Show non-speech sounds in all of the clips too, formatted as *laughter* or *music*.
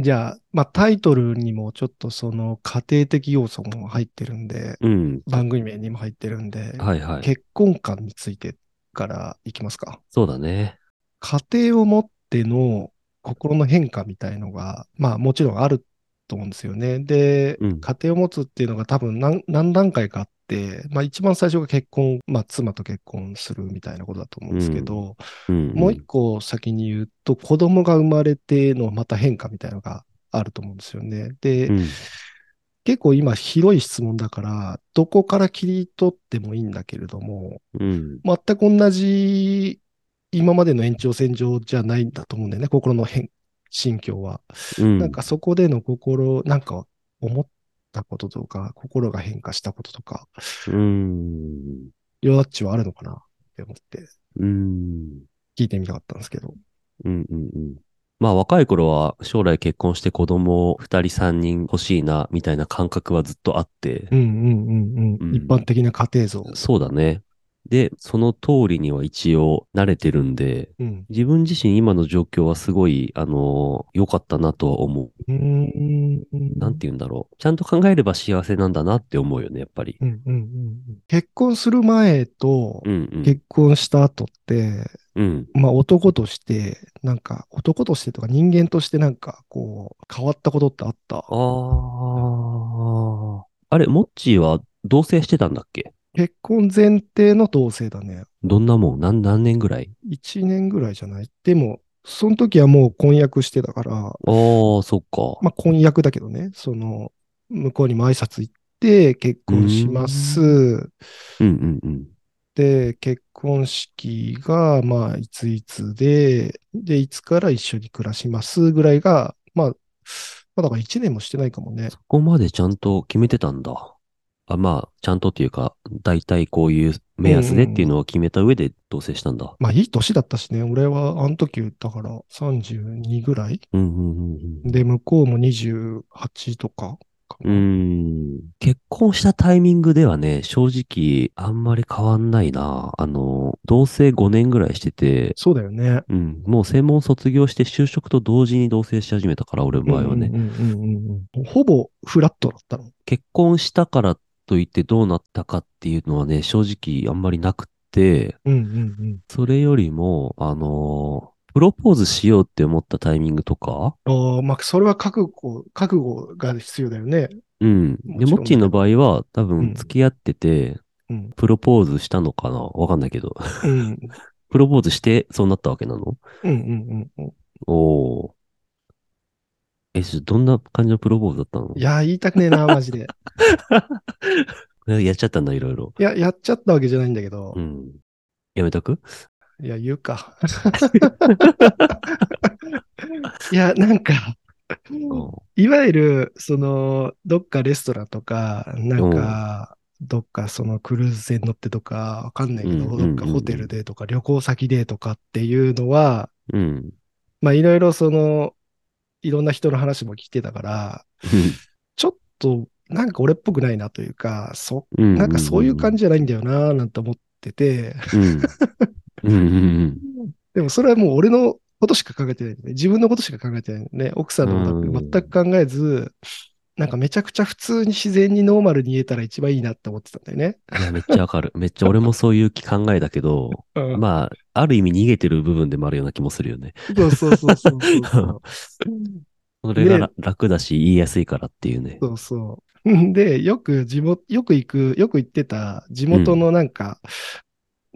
じゃあ、まあタイトルにもちょっとその家庭的要素も入ってるんで、うん。番組名にも入ってるんで、はいはい。結婚観についてからいきますか。そうだね。家庭を持っての心の変化みたいのが、まあもちろんあると思うんですよね。で、うん家庭を持つっていうのが多分何何段階かあって、まあ一番最初が結婚、まあ妻と結婚するみたいなことだと思うんですけど、うん、もう一個先に言うと子供が生まれてのまた変化みたいのがあると思うんですよね。で、うん。結構今広い質問だから、どこから切り取ってもいいんだけれども、うん。全く同じ今までの延長線上じゃないんだと思うんだよね、心の変、心境は。うん。なんかそこでの心、なんか思ったこととか、心が変化したこととか、うん。ヨダッチはあるのかなって思ってうん。聞いてみたかったんですけど。うんうんうん。まあ若い頃は将来結婚して子供2人3人欲しいなみたいな感覚はずっとあってう、んうんうんう。うんん一般的な家庭像。そうだね。で、その通りには一応慣れてるんで、うん。自分自身今の状況はすごい、あの良かったなとは思う。うーん。なんて言うんだろう。ちゃんと考えれば幸せなんだなって思うよね、やっぱり。うんうんうんうん。結婚する前とう、んうん。結婚した後って、うん。まあ男として、なんか男としてとか人間としてなんかこう変わったことってあったあー。あれ、モッチーは同棲してたんだっけ結婚前提の同棲だね。どんなもん何、何年ぐらい1年ぐらいじゃないでも、その時はもう婚約してたから、あー、そっか。まあ婚約だけどね、その、向こうにも挨拶行って結婚します。うんうんうん。で、結婚式が、まあ、いついつで、で、いつから一緒に暮らしますぐらいが、まあ、まあ、だから1年もしてないかもね。そこまでちゃんと決めてたんだ。あ、まあ、ちゃんとっていうか、だいたいこういう目安でっていうのを決めた上で同棲したんだ。まあいい年だったしね、俺はあの時言ったから32ぐらいうんうんうんうん。で、向こうも28とかかうなーん。結婚したタイミングではね、正直、あんまり変わんないな。あの、同棲5年ぐらいしてて、そうだよね。うん、もう専門卒業して就職と同時に同棲し始めたから、俺の場合はね。うんうんうんうんほぼフラットだったの。結婚したからといってどうなったかっていうのはね、正直あんまりなくって、うんうんそれよりも、あのープロポーズしようって思ったタイミングとか、うん。ああ、まあそれは覚悟、覚悟が必要だよね。うん。もちで、ろんモッチーの場合は、多うん分付き合ってて、うん。プロポーズしたのかなわかんないけど。 *laughs* うん。プロポーズして、そうなったわけなのうんうんうんうおー。え、ちょどんな感じのプロポーズだったのん。いやー、言いたくねえな、マジで。やっちゃったんだ、いろいろ。いや、やっちゃったわけじゃないんだけどう。ん。やめとくいや、言うか。 *laughs* いや、なんか、うんいわゆる、その、どっかレストランとか、なんか、どっかそのクルーズ船乗ってとか、わかんないけど、うんどっかホテルでとか、旅行先でとかっていうのは、うん。まあ、いろいろその、いろんな人の話も聞いてたから、ちょっと、なんか俺っぽくないなというか、そ、う *laughs* ん。なんかそういう感じ。じじゃないんだよな、なんて思ってて、うん。うんうんうん。でもそれはもう俺のことしか考えてない、ね。自分のことしか考えてないね。奥さんのことうは全んく考えず、なんかめちゃくちゃ普通に自然にノーマルに言えたら一番いいなって思ってたんだよね。いや、めっちゃわかる。めっちゃ俺もそういう気考えだけど、うんまあ、ある意味逃げてる部分でもあるような気もするよね。そうそうそうそう *laughs* そう。それがねら楽だし、言いやすいからっていうね。そうそう。で、よく地元、よく行く、よく行ってた地元のなんか、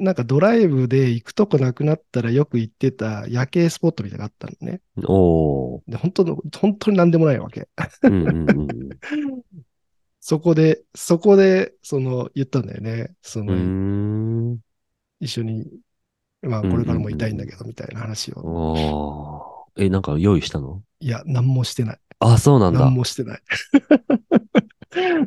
なんかドライブで行くとこなくなったらよく行ってた夜景スポットみたいなのがあったのね。おー。で、本当の、本当になんでもないわけ。うんうんうんそこで、そこで、その、言ったんだよね。そうん。うの、*laughs* ーん。一緒に、まあ、これからもいたいんだけど、みたいな話を。おー。え、なんか用意したのいや、何もしてない。あ、そうなんだ何。もしてない。 *laughs* だ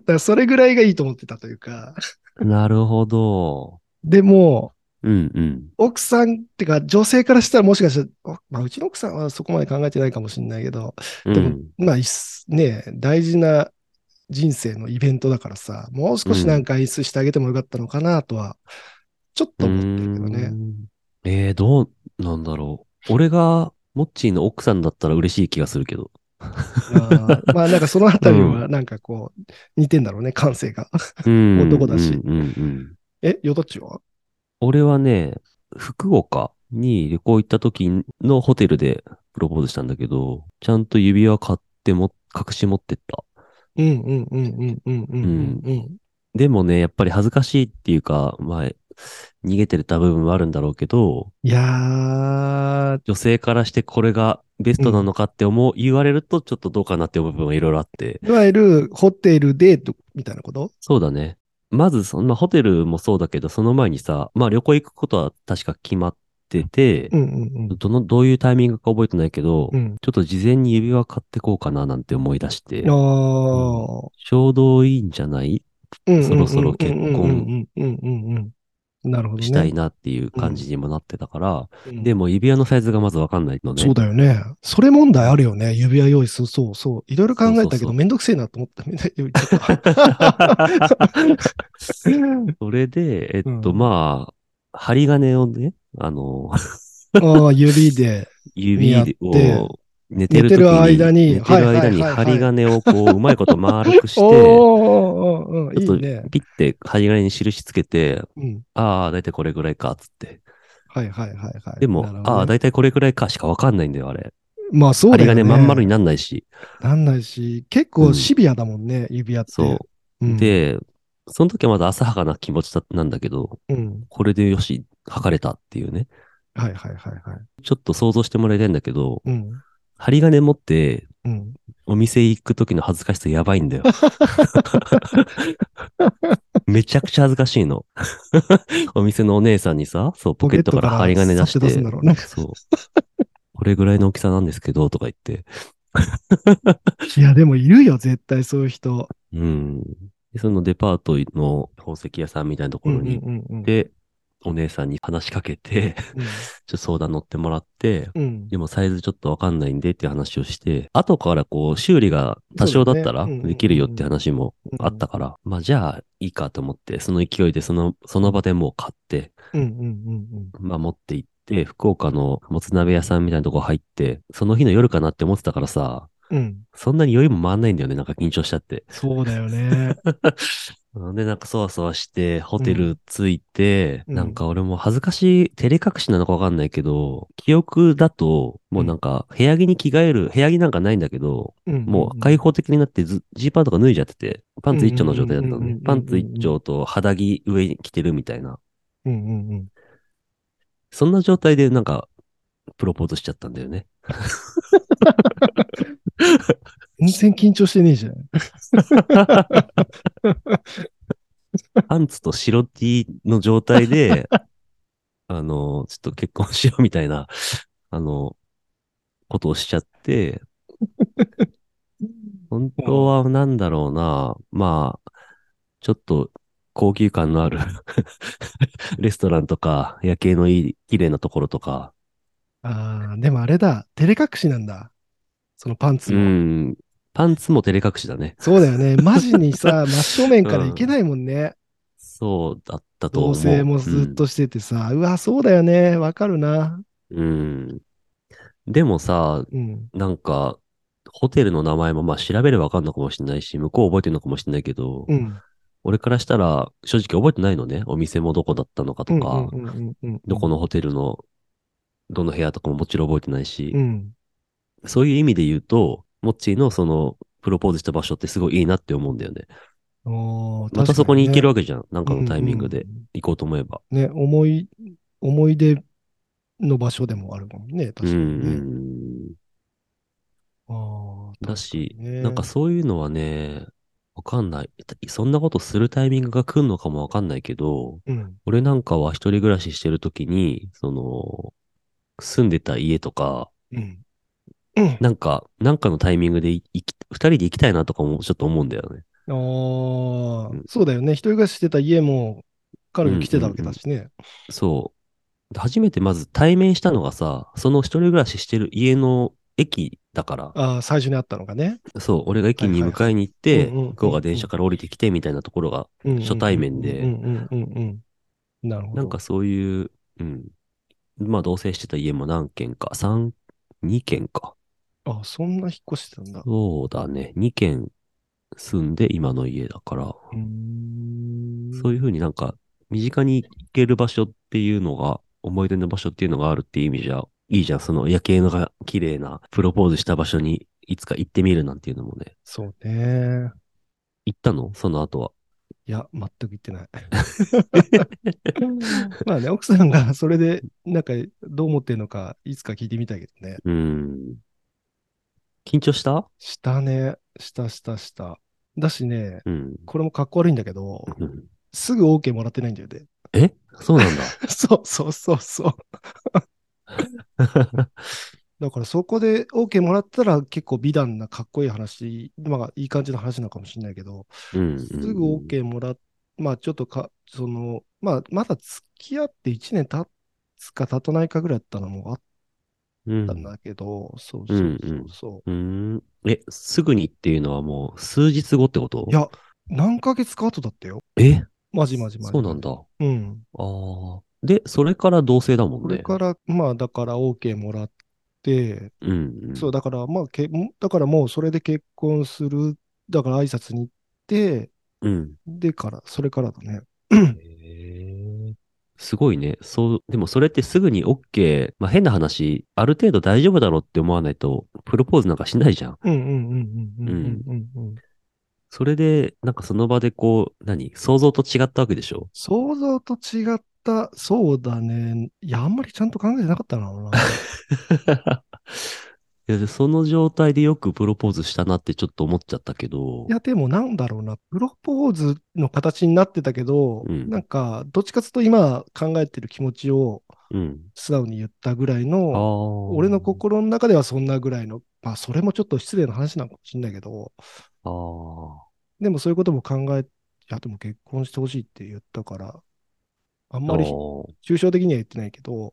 から、それぐらいがいいと思ってたというか。なるほど。でも、うんうん。奥さんってか、女性からしたらもしかしたら、おまあ、うちの奥さんはそこまで考えてないかもしれないけど、うでもん。まあ、いっすね、大事な人生のイベントだからさ、もう少しなんか演出してあげてもよかったのかなとは、ちょっと思ってるけどうーね。ん *laughs* えー、どうなんだろう。俺が、モッチーの奥さんだったら嬉しい気がするけど。あーまあなんかそのあたりはなんかこう、似てんだろうね、感性が。うん男だしうんうんうんえ、よどっちは俺はね、福岡に旅行行った時のホテルでプロポーズしたんだけど、ちゃんと指輪買っても、隠し持ってった。うんうんうんうんうんうんうんでもね、やっぱり恥ずかしいっていうか、まあ、逃げてた部分はあるんだろうけど、いやー、女性からしてこれがベストなのかって思う、言われるとちょっとどうかなって思う部分はいろいろあって。いわゆるホテルデートみたいなことそうだね。まずその、まあ、ホテルもそうだけど、その前にさ、まあ旅行行くことは確か決まってて、うんうんどの、どういうタイミングか覚えてないけど、うん。ちょっと事前に指輪買ってこうかななんて思い出してうん。、あ衝動いいんじゃないー。そろそろ結婚うんうんうんうんうんうん。なるほどね。したいなっていう感じにもなってたから、うんでも指輪のサイズがまずわかんないのね。そうだよね。それ問題あるよね。指輪用意する。そうそう。いろいろ考えそたうそけうそど、うめんどくせえなと思った。めんどくせえな *laughs* それで、えっと、うんまあ、針金をね、あ *laughs* の、 *laughs* ああ、指で。指やってを寝てる時寝てる間に寝てるは間にいはいはいはい針金をこう、うまいこと丸くし *laughs* おーて、おーおーおーいちょっいとね。ピッて針金に印つけて、うん。ああ、だいたいこれぐらいか、つって。はいはいはいはい。でも、なるほどねああ、だいたいこれぐらいかしかわかんないんだよ、あれ。まあそうだ針よね。金まん丸になんないし。なんないし、結う構んシビアだもんね、指輪って。そう。うん、で、その時はまだ浅はかな気持ちだなんだけど、うん。これでよし、測れたっていうね。はいはいはいはい。ちょっと想像してもらいたいんだけど、うん。針金持ってうん。お店行く時の恥ずかしさやばい *laughs* んだよ。めちゃくちゃ恥ずかしいの。 *laughs* お店のお姉さんにさ、そう、ポケットから針金出しポケットから差し出すんだろうねて、そう。これぐらいの大きさなんですけど、とか言って。いや、でもいるよ、絶対そういう人。うん。でそのデパートの宝石屋さんみたいなところに行っうんうんうん。て、お姉さんに話しかけて、 *laughs* ちょっと相談乗ってもらって、うん。でもサイズちょっとわかんないんでっていう話をして、後からこう修理が多少だっそたらうだねうんうんうんできるよって話もうんあったから、まあじゃあいいかと思って、その勢いでその、その場でもう買って、うんうんうんまあ持って行って、福岡のもつ鍋屋さんみたいなとこ入って、その日の夜かなって思ってたからさ、うん。うん。そんなに余裕も回んないんだよね、なんか緊張しちゃって。そうだよね。うんで、なんかそわそわして、ホテル着いて、うんなんか俺も恥ずかしい、照れ隠しなのかわかんないけど、記憶だと、もうなんか部屋着に着替える、部屋着なんかないんだけど、もう開放的になってずジーパンとか脱いじゃってて、パンツ一丁の状態だったのうんうんうんうんうんねう。んパンツ一丁と肌着上に着てるみたいな。うんうんうん。そんな状態でなんか、プロポーズしちゃったんだよね。全然緊張してねえじゃん。パンツと白 T の状態 *laughs* で、あの、ちょっと結婚しようみたいな、あの、ことをしちゃって、本当はなんだろうな、まあ、ちょっと高級感のある *laughs* レストランとか、夜景のいい、綺麗なところとか、ああ、でもあれだ。照れ隠しなんだ。そのパンツうも。ん、パンツも照れ隠しだね。そうだよ *laughs* ね。マジにさ、真正面からいけないもんね。そうだったと思同う。棲もずっとしててさ、うわ、そうだよね。わかるな。うん。うん。でもさ、うん。なんか、ホテルの名前もまあ調べればわかんのかもしれないし、向こう覚えてるのかもしれないけど、うん。俺からしたら正直覚えてないのね。お店もどこだったのかとか、うんうんうんうんうんどこのホテルの、どの部屋とかももちろん覚えてないし、うん。そういう意味で言うと、モッチーのその、プロポーズした場所ってすごいいいなって思うんだよね。おーまたそこに行けるわけじゃん。なん確かかにねのタイミングうでんうん行こうと思えば。ね、思い、思い出の場所でもあるもんね、う確んかうにね。ん。ああ、だし、確かにねなんかそういうのはね、わかんない。そんなことするタイミングが来るのかもわかんないけど、うん。俺なんかは一人暮らししてる時に、その、住んでた家とか、うん。なんか、なんかのタイミングでい行き、二人で行きたいなとかもちょっと思うんだよね。ああうん、そうだよね。一人暮らししてた家も、彼女来てたわけだしね。そう。初めてまず対面したのがさ、その一人暮らししてる家の駅だから、ああ、最初にあったのがね。そう、俺が駅に迎えに行って、はいはいはいうんうんうんうん向こうが電車から降りてきてみたいなところが、うんうん初対面でうんうんうんうんうん。なるほど。なんか、そういう、うん。まあ同棲してた家も何軒か、三、二軒か。あ、そんな引っ越してたんだ。そうだね。2軒住んで今の家だから、うーんそういうふうになんか、身近に行ける場所っていうのが、思い出の場所っていうのがあるっていう意味じゃ、いいじゃん。その夜景のが綺麗な、プロポーズした場所にいつか行ってみるなんていうのもね。そうね。行ったのその後は。いや、全く行って *laughs* ない。まあね、奥さんがそれで、なんか、どう思ってるのか、いつか聞いてみたいけどね。うーん。緊張したしたね、したしたした。だしね、うん。これもかっこ悪いんだけど、うんすぐ OK もらってないんだよね。 *laughs* えそうなん *laughs* だ。そうそうそうそう。だからそこで OK もらったら結構美談なかっこいい話、まあいい感じの話なのかもしれないけど、うんすぐ OK もらっ、まあちょっとか、その、まあまだ付き合って1年経つか経たないかぐらいだったのもあっうんたんだけど、そうそうそうそう。うん。うーん。え、すぐにっていうのはもう数日後ってこといや、何ヶ月か後だったよ。えマジマジマジ。そうなんだ。あうん。あ。で、それから同棲だもんこね。れから、まあだから OK もらって、うん、うん。そう、だから、まあけ、だからもうそれで結婚する、だから挨拶に行って、うん。でから、それからだね。すごいね。そう、でもそれってすぐに OK、まあ変な話、ある程度大丈夫だろうって思わないと、プロポーズなんかしないじゃん。うんうんうんうんうんうんうんうん。それで、なんかその場でこう、何想像と違ったわけで *laughs* しょ想像と違った、そうだね。いや、あんまりちゃんと考えてなかったな。 *laughs* いやでその状態でよくプロポーズしたなってちょっと思っちゃったけどい、や、でもなんだろうな。プロポーズの形になってたけど、うんなんか、どっちかというと今考えてる気持ちをうん。素直に言ったぐらいああ。の、俺俺の心の中ではそんなぐらいの、まあ、それもちょっと失礼な話なのかもしれないけど、あでもそういうことも考え、いや、でも結婚してほしいって言ったから、あんあ。まりあー抽象的には言ってないけど、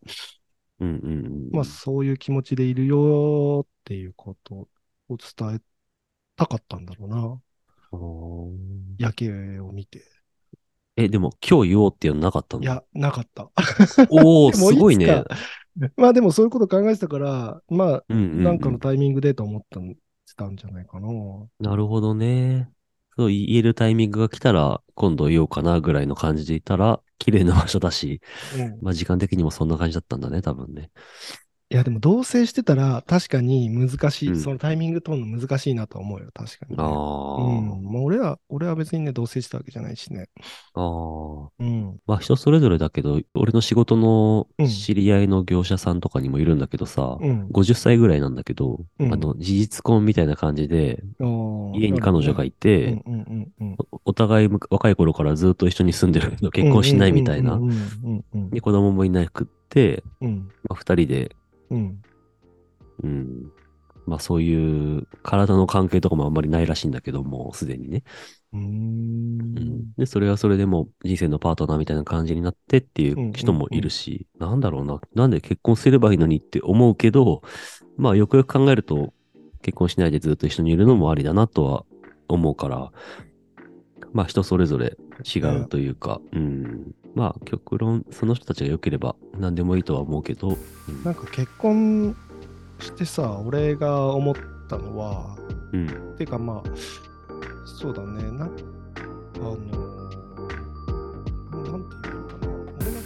うんうんうん。まあそういう気持ちでいるよっていうことを伝えたかったんだろうな。あー夜景を見て。え、でも今日言おうっていうのなかったのいや、なかった。 *laughs* おお、でもすごいいねつ。まあでもそういうこと考えてたから、まあうんうん、うん。なんかのタイミングでと思ったんしたんじゃないかな。なるほどね。そう言えるタイミングが来たら、今度言おうかなぐらいの感じでいたら、綺麗な場所だし、 *laughs* うんまあ時間的にもそんな感じだったんだね、多分ね。いや、でも同棲してたら確かに難しうい、んそのタイミング取るの難しいなとは思うよ、確かにね。あうん、まあ、俺は、俺は別にね、同棲したわけじゃないしね。あ、ああ。うん。まあ人それぞれだけど、俺の仕事のうん知り合いの業者さんとかにもいるんだけどさ、うん。 50歳ぐらいなんだけど、うんあの、事実婚みたいな感じで、おー家に彼女ながいるほて、どねうんうんうんうんおお互いむ若い頃からずっと一緒に住んでるけど、結婚しないみたいなう。んうんうんで、子供もいなくって、うんうんまあ、二人でうん。うん。まあそういう体の関係とかもあんまりないらしいんだけども、すでにね。ううんん。で、それはそれでもう人生のパートナーみたいな感じになってっていう人もいるし、なんだろうな、なんで結婚すればいいのにって思うけど、まあよくよく考えると、結婚しないでずっと一緒にいるのもありだなとは思うから、まあ人それぞれ違うというか、うん。まあ極論、その人たちが良ければ何でもいいとは思うけど、うんなんか結婚してさ、俺が思ったのは、うん。てかまあ、そうだね、なんか、あのー、なんていうのかな、俺が結婚して思ったのは